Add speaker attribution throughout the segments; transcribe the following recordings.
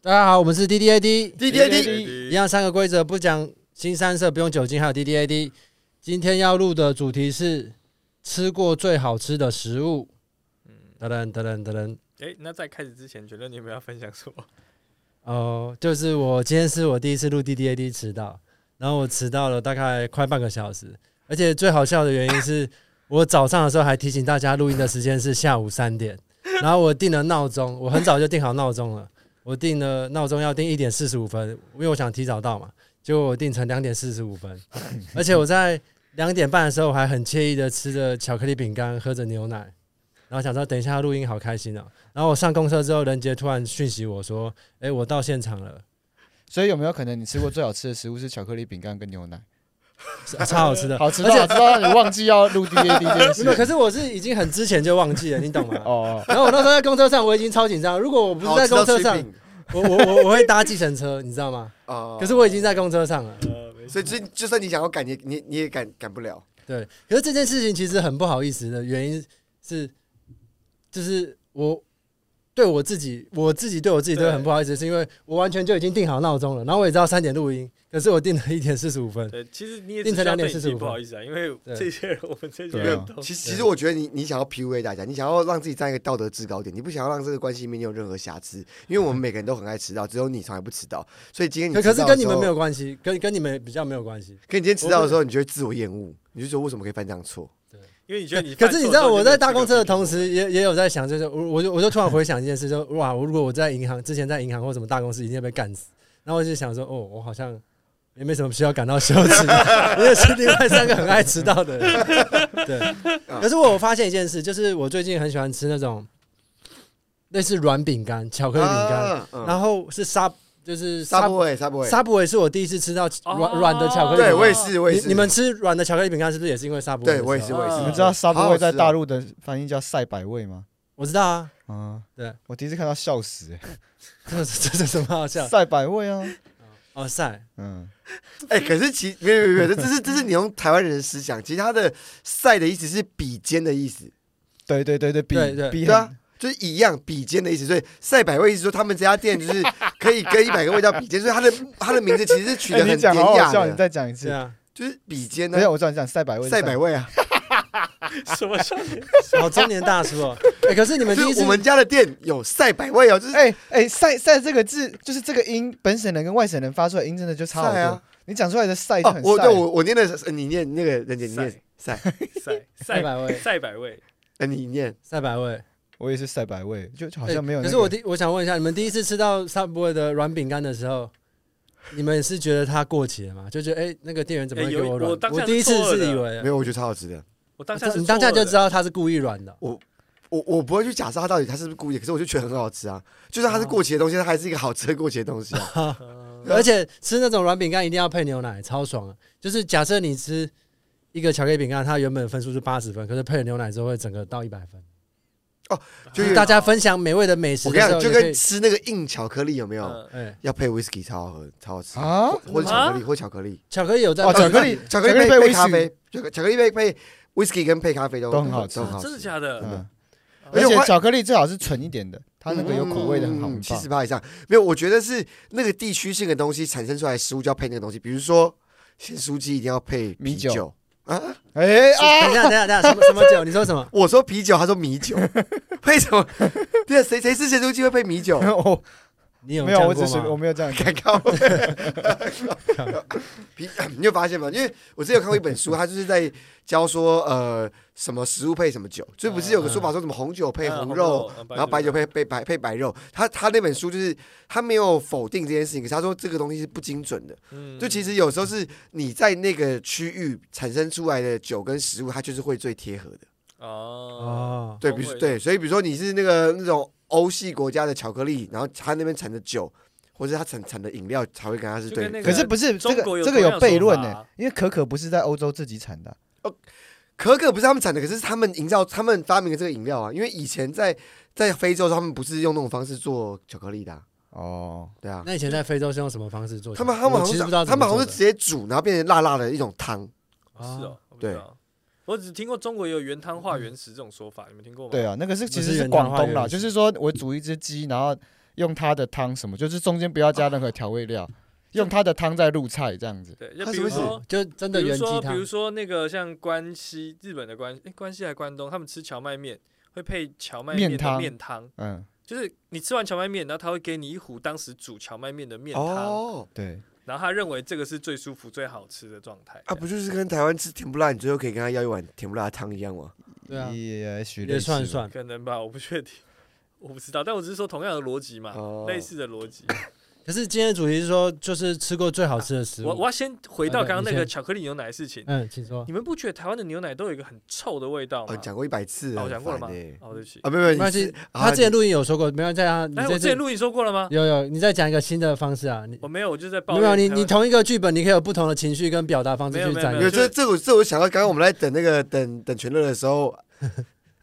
Speaker 1: 大家好，我们是 D D A D，
Speaker 2: D D A D，
Speaker 1: 一样三个规则，不讲新三色，不用酒精，还有 D D A D。今天要录的主题是吃过最好吃的食物。
Speaker 2: 嗯
Speaker 1: 噔噔噔噔噔噔，
Speaker 2: 哎、那在开始之前，觉得你们要分享什 么？
Speaker 1: 哦，就是我今天是我第一次录 D D A D 迟到，然后我迟到了大概快半个小时，而且最好笑的原因是我早上的时候还提醒大家录音的时间是下午三点，然后我定了闹钟，我很早就定好闹钟了，我定了闹钟要定一点四十五分，因为我想提早到嘛，结果我定成两点四十五分，而且我在两点半的时候我还很惬意的吃着巧克力饼干，喝着牛奶。然后想说等一下录音好开心哦、然后我上公车之后，任杰突然讯息我说：“哎、我到现场了，
Speaker 3: 所以有没有可能你吃过最好吃的食物是巧克力饼干 跟牛奶？
Speaker 1: 是啊超好吃的。
Speaker 3: 好吃到好吃到你忘记要录 D A D 这 件”
Speaker 1: 没有，
Speaker 3: 事
Speaker 1: 可是啊我是已经很之前就忘记了，你懂吗？
Speaker 3: 哦。
Speaker 1: 然后我那时候在公车上，我已经超紧张。如果我不是在公车上，我我我我会搭计程车，你知道吗？
Speaker 4: 啊，
Speaker 1: 可是我已经在公车上了。
Speaker 2: 呃，没
Speaker 4: 所以就就算你想要赶，你你你也赶赶不了。
Speaker 1: 对，可是这件事情其实很不好意思的原因是，就是我对我自己，我自己对我自己都很不好意思，是因为我完全就已经定好闹钟了，然后我也知道三点录音，可是我定了一点四十五分。
Speaker 2: 对，其实你也
Speaker 1: 凌晨
Speaker 2: 只需要
Speaker 1: 2:45
Speaker 2: 对你自己不好意思啊，因为
Speaker 1: 对
Speaker 2: 这些人我们这些
Speaker 3: 对
Speaker 2: 人
Speaker 3: 啊
Speaker 2: 都
Speaker 4: 其实其实我觉得你你想要 PUA 大家，你想要让自己站在一个道德制高点，你不想要让这个关系里面有任何瑕疵，因为我们每个人都很爱迟到，只有你从来不迟到。所以今天你
Speaker 1: 可可
Speaker 4: 迟
Speaker 1: 是
Speaker 4: 到的
Speaker 1: 跟你
Speaker 4: 时
Speaker 1: 们
Speaker 4: 候
Speaker 1: 没有，关系，跟跟你们比较没有关系。
Speaker 4: 跟你今天迟到的时候，你就会自我厌恶，你就说为什么可以犯这样错？
Speaker 2: 因为你觉得你
Speaker 1: 哎可
Speaker 2: 犯
Speaker 1: 是
Speaker 2: 错
Speaker 1: 你
Speaker 2: 的时候，
Speaker 1: 知道我在搭公车的
Speaker 2: 你就
Speaker 1: 同时也，也有在想，就是我我就我就突然回想一件事，就哇，我如果我在银行之前在银行或什么大公司，一定会被干死。然后我就想说，哦，我好像也没什么需要感到羞耻， 因为是另外三个很爱迟到的人。对，
Speaker 4: 啊
Speaker 1: 可是我有发现一件事，就是我最近很喜欢吃那种类似软饼干、巧克力饼干，
Speaker 4: 啊嗯
Speaker 1: 然后是沙就是
Speaker 4: 沙不会，沙不会，
Speaker 1: 沙布韦是我第一次吃到软
Speaker 2: 哦
Speaker 1: 软的巧克力
Speaker 4: 对
Speaker 1: 饼
Speaker 4: 我也是，我
Speaker 1: 干。
Speaker 4: 也
Speaker 1: 你
Speaker 4: 是。
Speaker 1: 你们吃软的巧克力饼干是不是也是因为啊沙布韦？
Speaker 4: 对我也是，我也是。
Speaker 2: 嗯
Speaker 3: 你们知道沙
Speaker 4: 好
Speaker 3: 波
Speaker 4: 好
Speaker 3: 味
Speaker 4: 吃哦
Speaker 3: 在大陆的翻译叫赛百味吗？
Speaker 1: 我知道啊。
Speaker 3: 啊，
Speaker 1: 对，
Speaker 3: 我第一次看到笑死、欸，
Speaker 1: 这 这这什么好 笑？
Speaker 3: 赛百味啊，
Speaker 1: 哦，晒
Speaker 3: 嗯，
Speaker 4: 哎、可是其没有没有没有，这这是这是你用台湾人的思想，其实他的“赛”的意思是比肩的意思，
Speaker 3: 对对对对，比
Speaker 1: 对对
Speaker 3: 比
Speaker 4: 对啊
Speaker 3: 很，
Speaker 4: 就是一样比肩的意思。所以赛百味意思说他们这家 店就是可以跟一百个味道比肩，所以他的他的名字其实是取
Speaker 3: 哎、
Speaker 4: 得
Speaker 3: 你
Speaker 4: 很
Speaker 3: 讲
Speaker 4: 典
Speaker 3: 好好
Speaker 4: 雅
Speaker 3: 笑，你
Speaker 4: 的，
Speaker 3: 再讲一
Speaker 1: 是
Speaker 3: 次。
Speaker 1: 啊，
Speaker 4: 就是比肩呢
Speaker 3: 等一。下，我知道你讲赛百味，
Speaker 4: 赛百味啊，
Speaker 2: 什么时候
Speaker 1: 好中年大叔哦。哎，可是你们第
Speaker 4: 就
Speaker 1: 一
Speaker 4: 是
Speaker 1: 次
Speaker 4: 我们家的店有赛百味哦，就是
Speaker 3: 哎哎，赛赛这个字就是这个音，本省人跟外省人发出来的音真的就差好
Speaker 4: 赛啊
Speaker 3: 多。你讲出来的赛就
Speaker 4: 哦
Speaker 3: 很，
Speaker 4: 我
Speaker 3: 赛
Speaker 4: 对。我我念的是呃你念那个人姐，你
Speaker 2: 赛
Speaker 4: 念赛，
Speaker 2: 赛
Speaker 1: 赛
Speaker 2: 赛
Speaker 1: 百味，
Speaker 2: 赛百味？
Speaker 4: 哎 你念
Speaker 1: 赛百味
Speaker 3: 我也是赛百味，就就好像没有
Speaker 1: 哎可
Speaker 3: 那个、
Speaker 1: 是我第我想问一下，你们第一次吃到 Subway 的软饼干的时候，你们是觉得它过期了吗？就觉得哎，那个店员怎么
Speaker 2: 哎
Speaker 1: 会给
Speaker 2: 有
Speaker 1: 我软？
Speaker 2: 我当下
Speaker 1: 我
Speaker 2: 是
Speaker 1: 第一次
Speaker 2: 错愕
Speaker 1: 是
Speaker 2: 的
Speaker 1: 以为
Speaker 4: 没。有，我觉得超好吃的。
Speaker 2: 我当下是
Speaker 1: 你当下就知
Speaker 2: 道，
Speaker 1: 道他是故意软的，
Speaker 4: 我我不会去假设他到底他是不是故意，可是我就觉得很好吃啊。就算它是
Speaker 3: 哦
Speaker 4: 过期的东西，它还是一个好吃的过期的东 西啊。
Speaker 2: 嗯
Speaker 1: 而且吃那种软饼干一定要配牛奶，超爽啊！就是假设你吃一个巧克力饼干，它原本分数是八十分，可是配了牛奶之后会整个到一百分。
Speaker 2: 嗯
Speaker 4: 就
Speaker 1: 就是
Speaker 4: 有
Speaker 1: 大家分享美味的美食
Speaker 4: 我
Speaker 1: 的
Speaker 4: 跟你
Speaker 1: 时候
Speaker 4: 讲，就
Speaker 1: 也可
Speaker 4: 跟
Speaker 1: 以，
Speaker 4: 吃那个硬巧克力有没有？
Speaker 2: 嗯
Speaker 1: 哎，
Speaker 4: 要配 whisky 超好喝，超好吃
Speaker 3: 啊
Speaker 4: 或或者巧克力，或者巧克力，
Speaker 1: 巧克力有在
Speaker 3: 哦，
Speaker 1: 配
Speaker 3: 巧克力
Speaker 4: 巧克力
Speaker 3: 配
Speaker 4: 配配
Speaker 3: whisky
Speaker 4: 咖啡，巧克巧克力配配 whisky 跟配咖啡都
Speaker 3: 都很好吃
Speaker 4: 都很好
Speaker 2: 真的
Speaker 4: 吃。
Speaker 2: 假的？
Speaker 3: 嗯，而
Speaker 4: 而且嗯
Speaker 3: 且嗯
Speaker 4: 我还
Speaker 3: 巧克力最好是纯一点的，它那个有苦味的很好，很
Speaker 4: 七
Speaker 3: 棒
Speaker 4: 十。八以上没有，我觉得是那个地区性的东西产生出来的食物就要配那个东西，比如说咸酥鸡一定要配啤
Speaker 3: 米酒
Speaker 4: 酒啊，
Speaker 3: 哎啊，
Speaker 1: 等一下，等一下，等一下，什么什么酒？你说什么？
Speaker 4: 我说啤酒，他说 米酒，为什么？对啊，谁谁吃咸酥鸡会配米 酒？
Speaker 3: 我
Speaker 1: 你有
Speaker 3: 哦没有，我只
Speaker 1: 只
Speaker 3: 是我没有这样讲。
Speaker 4: 尴 尬。皮，你有发现吗？因为我之前有看过一本书，它就是在教说呃什么食物配什么酒，所以不是有个说法说什么红酒配
Speaker 2: 嗯
Speaker 4: 红肉，，
Speaker 2: 嗯
Speaker 4: 然后白酒配配白配白肉。他他那本书就是他没有否定这件事情，可是他说这个东西是不精准的。
Speaker 2: 嗯
Speaker 4: 就其实有时候是你在那个区域产生出来的酒跟食物，它就是会最贴合的。
Speaker 2: 哦，
Speaker 1: 哦，
Speaker 4: 对，
Speaker 2: 风
Speaker 4: 比如
Speaker 2: 味
Speaker 4: 对，所以比如说你是那个那种欧系国家的巧克力，然后它那边产的酒，或者它产产的饮料才会跟它是
Speaker 2: 就
Speaker 4: 对
Speaker 2: 跟
Speaker 4: 的。
Speaker 2: 那个
Speaker 3: 可是不是
Speaker 2: 中
Speaker 3: 这
Speaker 2: 国
Speaker 3: 个
Speaker 2: 有
Speaker 3: 这个有悖
Speaker 2: 同
Speaker 3: 论
Speaker 2: 样的说
Speaker 3: 呢
Speaker 2: 法？
Speaker 3: 因为可可不是在欧洲自己产的，
Speaker 4: 可可不是他们产的，可是他们营造、他们发明的这个饮料啊，因为以前在在非洲的时候，他们不是用那种方式做巧克力的、啊，
Speaker 3: 哦，
Speaker 4: 对啊。
Speaker 1: 那以前在非洲是用什么方式做起
Speaker 4: 他
Speaker 1: 来？
Speaker 4: 们他们
Speaker 1: 我
Speaker 4: 好
Speaker 1: 其实
Speaker 4: 像
Speaker 1: 不知道怎
Speaker 4: 是他
Speaker 1: 么
Speaker 4: 们好
Speaker 1: 做
Speaker 4: 像
Speaker 1: 的，
Speaker 4: 是直接煮，然后变成辣辣的一种汤。
Speaker 2: 是哦，我不
Speaker 4: 对
Speaker 2: 知道。我只听过中国也有原汤哦化原食这种说法，你们听过吗？
Speaker 3: 对啊，那个是
Speaker 1: 不
Speaker 3: 其
Speaker 1: 是
Speaker 3: 实是
Speaker 1: 原汤
Speaker 3: 广
Speaker 1: 化
Speaker 3: 东
Speaker 1: 原
Speaker 3: 啦，
Speaker 1: 食
Speaker 3: 就是说我煮一只鸡，然后用他的汤什么，就是中间不要加任何调味料，用他的汤在入菜这样子。
Speaker 2: 对，就
Speaker 4: 他
Speaker 2: 比如
Speaker 4: 什么意思
Speaker 2: 说
Speaker 1: 哦，就真的
Speaker 2: 比如
Speaker 1: 原鸡
Speaker 2: 说，比
Speaker 1: 汤
Speaker 2: 如说那个像关西日本的关，诶，关西还关东，他们吃荞麦面会配荞麦
Speaker 3: 面
Speaker 2: 面的
Speaker 3: 汤
Speaker 2: 面汤，
Speaker 3: 嗯，
Speaker 2: 就是你吃完荞麦面，然后他会给你一壶当时煮荞麦面的面汤，
Speaker 4: 哦，
Speaker 3: 对，
Speaker 2: 然后他认为这个是最舒服、最好吃的状态。
Speaker 4: 啊，不就是跟台湾吃甜不辣，你最后可以跟他要一碗甜不辣汤一样吗？
Speaker 1: 对啊
Speaker 3: 也许类
Speaker 1: 也
Speaker 3: 似
Speaker 1: 算
Speaker 3: 吧。
Speaker 1: 算
Speaker 2: 可能吧，我不确定，我不知道，但我只是说同样的逻辑嘛，
Speaker 4: 哦
Speaker 2: 类似的逻辑。
Speaker 1: 可是今天的主题是说，就是吃过最好吃的食物。
Speaker 2: 我我要先回到
Speaker 1: 啊对
Speaker 2: 刚刚
Speaker 1: 嗯
Speaker 2: 那
Speaker 1: 你
Speaker 2: 个
Speaker 1: 先
Speaker 2: 巧克力牛奶的事情，
Speaker 1: 嗯，请说。
Speaker 2: 你们不觉得台湾的牛奶都有一个很臭的味道
Speaker 4: 哦，
Speaker 2: 吗
Speaker 4: 你？讲过一百次了，
Speaker 2: 哦我讲过了吗
Speaker 4: 很烦欸？
Speaker 2: 哦，对不起，
Speaker 4: 啊，没有没有，
Speaker 1: 没关
Speaker 4: 你
Speaker 1: 系
Speaker 4: 是，
Speaker 1: 他之前
Speaker 4: 啊
Speaker 1: 录音有说过，没关系啊。你
Speaker 2: 哎，我
Speaker 1: 这
Speaker 2: 之
Speaker 1: 次
Speaker 2: 前录音说过了吗？
Speaker 1: 有有，你再讲一个新的方式啊。你
Speaker 2: 我没有，我就在抱
Speaker 1: 没有啊
Speaker 2: 怨
Speaker 1: 你
Speaker 2: 台
Speaker 1: 你
Speaker 2: 湾。
Speaker 1: 同一个剧本，你可以有不同的情绪跟表达方式
Speaker 2: 没有
Speaker 1: 去
Speaker 2: 没有
Speaker 1: 展
Speaker 4: 你
Speaker 1: 现
Speaker 2: 没
Speaker 4: 有。
Speaker 2: 就是
Speaker 4: 这这我这我想到，刚刚我们在等那个等等全乐的 时候，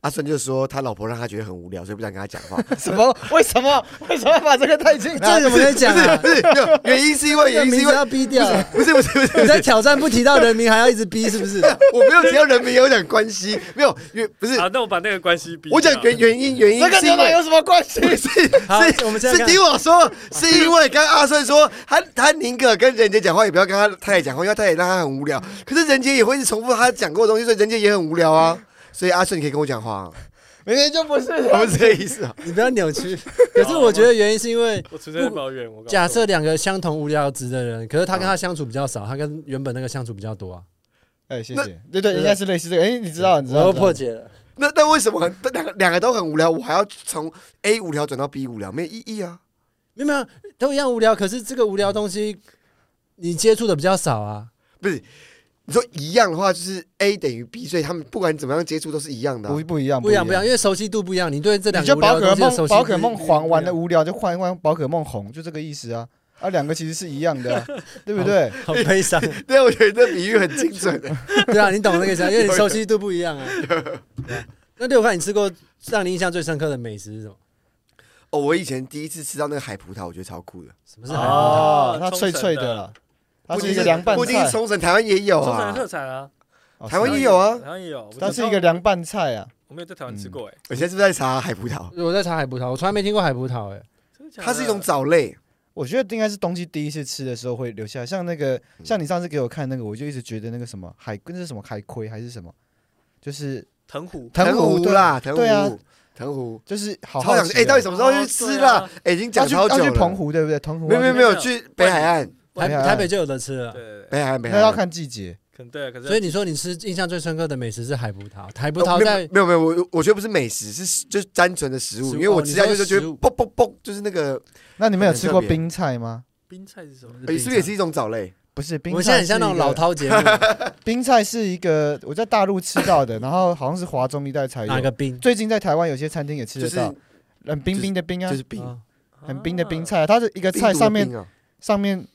Speaker 4: 阿顺就说他老婆让他觉得很无聊，所以不想跟他讲 话。
Speaker 3: 什么？为什么？为什么要把这个带进
Speaker 1: 这
Speaker 3: 来？
Speaker 1: 怎么可以讲啊？
Speaker 4: 不是，没有原因是因为
Speaker 1: 这
Speaker 4: 原因是
Speaker 1: 名
Speaker 4: 因
Speaker 1: 字
Speaker 4: 为
Speaker 1: 要逼掉啊。
Speaker 4: 不是不是不是，
Speaker 1: 你在挑战不提到人名，还要一直逼，是不是？
Speaker 4: 我没有提到人名，有讲关系，没有原不是
Speaker 2: 好，那我把那个关系比。
Speaker 4: 我讲原原因原因
Speaker 3: 这跟
Speaker 4: 是因
Speaker 3: 牛奶
Speaker 4: 为
Speaker 3: 有什么关 系？
Speaker 4: 是是
Speaker 1: 好，啊我们现在
Speaker 4: 是
Speaker 1: 看
Speaker 4: 听我说，是因为刚刚阿顺说他他宁可跟人杰讲话，也不要跟他太太讲话，因为他太太让他很无聊。可是人杰也会一直重复他讲过的东西，所以人杰也很无聊啊。所以阿顺，你可以跟我讲话、啊，
Speaker 3: 明明就不哦是。
Speaker 4: 我是这个意思啊。
Speaker 1: 你不要扭 曲。可是我觉得原因是因
Speaker 3: 哦
Speaker 1: 为
Speaker 2: 我纯粹在抱怨。我告诉你
Speaker 1: 假设两个相同无聊值的人，可是他跟他相处比较
Speaker 3: 嗯
Speaker 1: 少，他跟原本那个相处比较多啊。
Speaker 3: 哎，谢谢。对对，应该是类似这个。哎，你知道，你知
Speaker 1: 我
Speaker 3: 道。
Speaker 1: 又
Speaker 3: 你知道
Speaker 1: 破解了。
Speaker 4: 那那为什么那两个两个都很无聊，我还要从 A 无聊转到 B 无聊，没有意义啊？
Speaker 1: 没有没有，都一样无聊。可是这个无聊东西，你接触的比较少啊。
Speaker 4: 不是，你说一样的话，就是 A 等于 B，所以他们不管怎么样接触都是一样的啊、
Speaker 3: 不嗯不一样，
Speaker 1: 不一样，不一样，。因为熟悉度不一样。你对这两
Speaker 3: 你
Speaker 1: 个
Speaker 3: 就
Speaker 1: 无
Speaker 3: 宝
Speaker 1: 聊的
Speaker 3: 可
Speaker 1: 东西的熟
Speaker 3: 梦
Speaker 1: 悉度
Speaker 3: 宝可梦黄 玩的
Speaker 1: 不
Speaker 3: 无聊，就换一换宝可梦红，就这个意思啊。啊，两个其实是一样 的啊，对不
Speaker 1: 一
Speaker 3: 对？
Speaker 1: 样好悲伤。
Speaker 4: 对，我觉得这比喻很精准的。
Speaker 1: 对啊，你懂那个意 思啊，因为你熟悉度不一样啊。对啊那六块，你吃过让你印象最深刻的美食是什么？
Speaker 4: 哦，我以前第一次吃到那个海葡萄，我觉得超酷的。
Speaker 1: 什么是海葡萄？
Speaker 3: 哦
Speaker 2: 哦，
Speaker 3: 它脆脆的了，它
Speaker 4: 不
Speaker 3: 是
Speaker 4: 仅
Speaker 3: 一个
Speaker 4: 是
Speaker 3: 凉拌
Speaker 4: 不仅
Speaker 3: 菜
Speaker 4: 是，冲绳，台湾也有
Speaker 2: 中山的
Speaker 4: 啊，
Speaker 2: 特产啊，
Speaker 3: 哦
Speaker 4: 台湾
Speaker 3: 是
Speaker 4: 也有啊
Speaker 2: 台湾也有。
Speaker 3: 它是一个凉拌菜啊。
Speaker 2: 我没有在台湾吃过哎，
Speaker 4: 我现在是不是在查海葡萄？
Speaker 1: 我在查海葡萄，我从来没听过海葡萄哎、
Speaker 2: 真的假的
Speaker 4: 它是一种藻类，
Speaker 3: 我觉得应该是东西第一次吃的时候会留下，像那个
Speaker 4: 嗯
Speaker 3: 像你上次给我看那个，我就一直觉得那个什么海那是什么海葵还是什么，就是
Speaker 2: 藤壶。
Speaker 3: 藤
Speaker 4: 壶
Speaker 3: 对
Speaker 4: 啦，藤
Speaker 3: 对啊
Speaker 4: 壶，藤壶。
Speaker 3: 就是好
Speaker 4: 超
Speaker 3: 好
Speaker 4: 想
Speaker 3: 奇
Speaker 4: 哎，
Speaker 3: 哦
Speaker 4: 到底什么时候去吃啦
Speaker 2: 哦？
Speaker 4: 哎已经
Speaker 3: 要
Speaker 4: 讲
Speaker 3: 去
Speaker 4: 超久
Speaker 3: 要去澎
Speaker 4: 了。
Speaker 3: 湖对啊不对？澎湖
Speaker 4: 没有没有没有，
Speaker 2: 没有
Speaker 4: 去北海岸，
Speaker 1: 台
Speaker 3: 海岸
Speaker 1: 台北就有的吃
Speaker 2: 对
Speaker 1: 了。
Speaker 2: 对对，
Speaker 4: 北海岸，北海
Speaker 3: 那要
Speaker 4: 岸。
Speaker 3: 看季节，
Speaker 2: 可能对，可是
Speaker 1: 所以你说你吃印象最深刻的美食是海葡萄，海葡
Speaker 4: 哦
Speaker 1: 萄
Speaker 4: 没有
Speaker 1: 在
Speaker 4: 没有没有，我我觉得不是美食，是就是单纯的食物，
Speaker 1: 食物
Speaker 4: 因为我
Speaker 1: 哦
Speaker 4: 吃下去
Speaker 1: 你
Speaker 4: 就
Speaker 1: 说
Speaker 4: 觉得
Speaker 1: 食物
Speaker 4: 嘣嘣嘣，就是那个，
Speaker 3: 那你们有吃过
Speaker 4: 很特别
Speaker 3: 冰菜吗？
Speaker 2: 冰菜是什么？
Speaker 4: 哎，是不是也是一种藻类？
Speaker 3: 不是冰
Speaker 1: 我
Speaker 3: 菜
Speaker 1: 们
Speaker 3: 是
Speaker 1: 现在很像
Speaker 3: 一个，
Speaker 1: 那种老饕节目，
Speaker 3: 冰菜是一个我在大陆吃到的，然后好像是华中一带才
Speaker 1: 哪个
Speaker 3: 有。
Speaker 1: 冰？
Speaker 3: 最近在台湾有些餐厅也吃
Speaker 4: 就
Speaker 3: 得
Speaker 4: 是
Speaker 3: 到，很冰冰的冰啊
Speaker 4: 就，是冰，
Speaker 1: 啊
Speaker 3: 很冰的冰
Speaker 2: 啊。
Speaker 3: 菜啊，它是一个
Speaker 4: 冰
Speaker 3: 菜
Speaker 4: 毒的
Speaker 3: 上面
Speaker 4: 冰啊
Speaker 3: 上面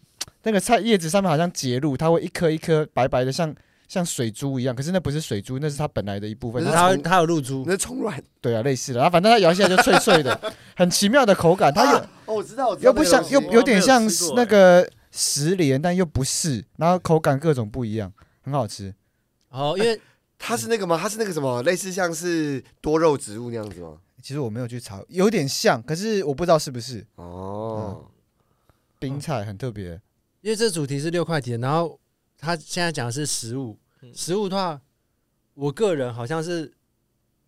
Speaker 3: 那个菜叶子上面好像结露，它会一颗一颗白白的像，像水珠一样。可是那不是水珠，那是它本来的一部分。
Speaker 4: 那
Speaker 3: 它
Speaker 4: 是
Speaker 1: 它它有露珠，
Speaker 4: 那是虫卵。
Speaker 3: 对啊，类似的。然后反正它咬起来就脆脆的， 很奇妙的口感。它有
Speaker 4: 哦，我知道，我知
Speaker 3: 又
Speaker 4: 道
Speaker 3: 不
Speaker 4: 那个
Speaker 3: 像
Speaker 4: 东，西
Speaker 3: 又
Speaker 2: 我
Speaker 3: 有点像
Speaker 2: 没有吃过
Speaker 3: 那
Speaker 2: 欸
Speaker 3: 个石莲，但又不是。然后口感各种不一样，很好吃。
Speaker 1: 哦，因为
Speaker 4: 它是那个吗？它是那个什么，类似像是多肉植物那样子吗？
Speaker 3: 其实我没有去查，有点像，可是我不知道是不是
Speaker 4: 哦，
Speaker 3: 冰菜，很特别。
Speaker 1: 因为这主题是六块钱，然后他现在讲的是食物，
Speaker 2: 嗯
Speaker 1: 食物的话，我个人好像是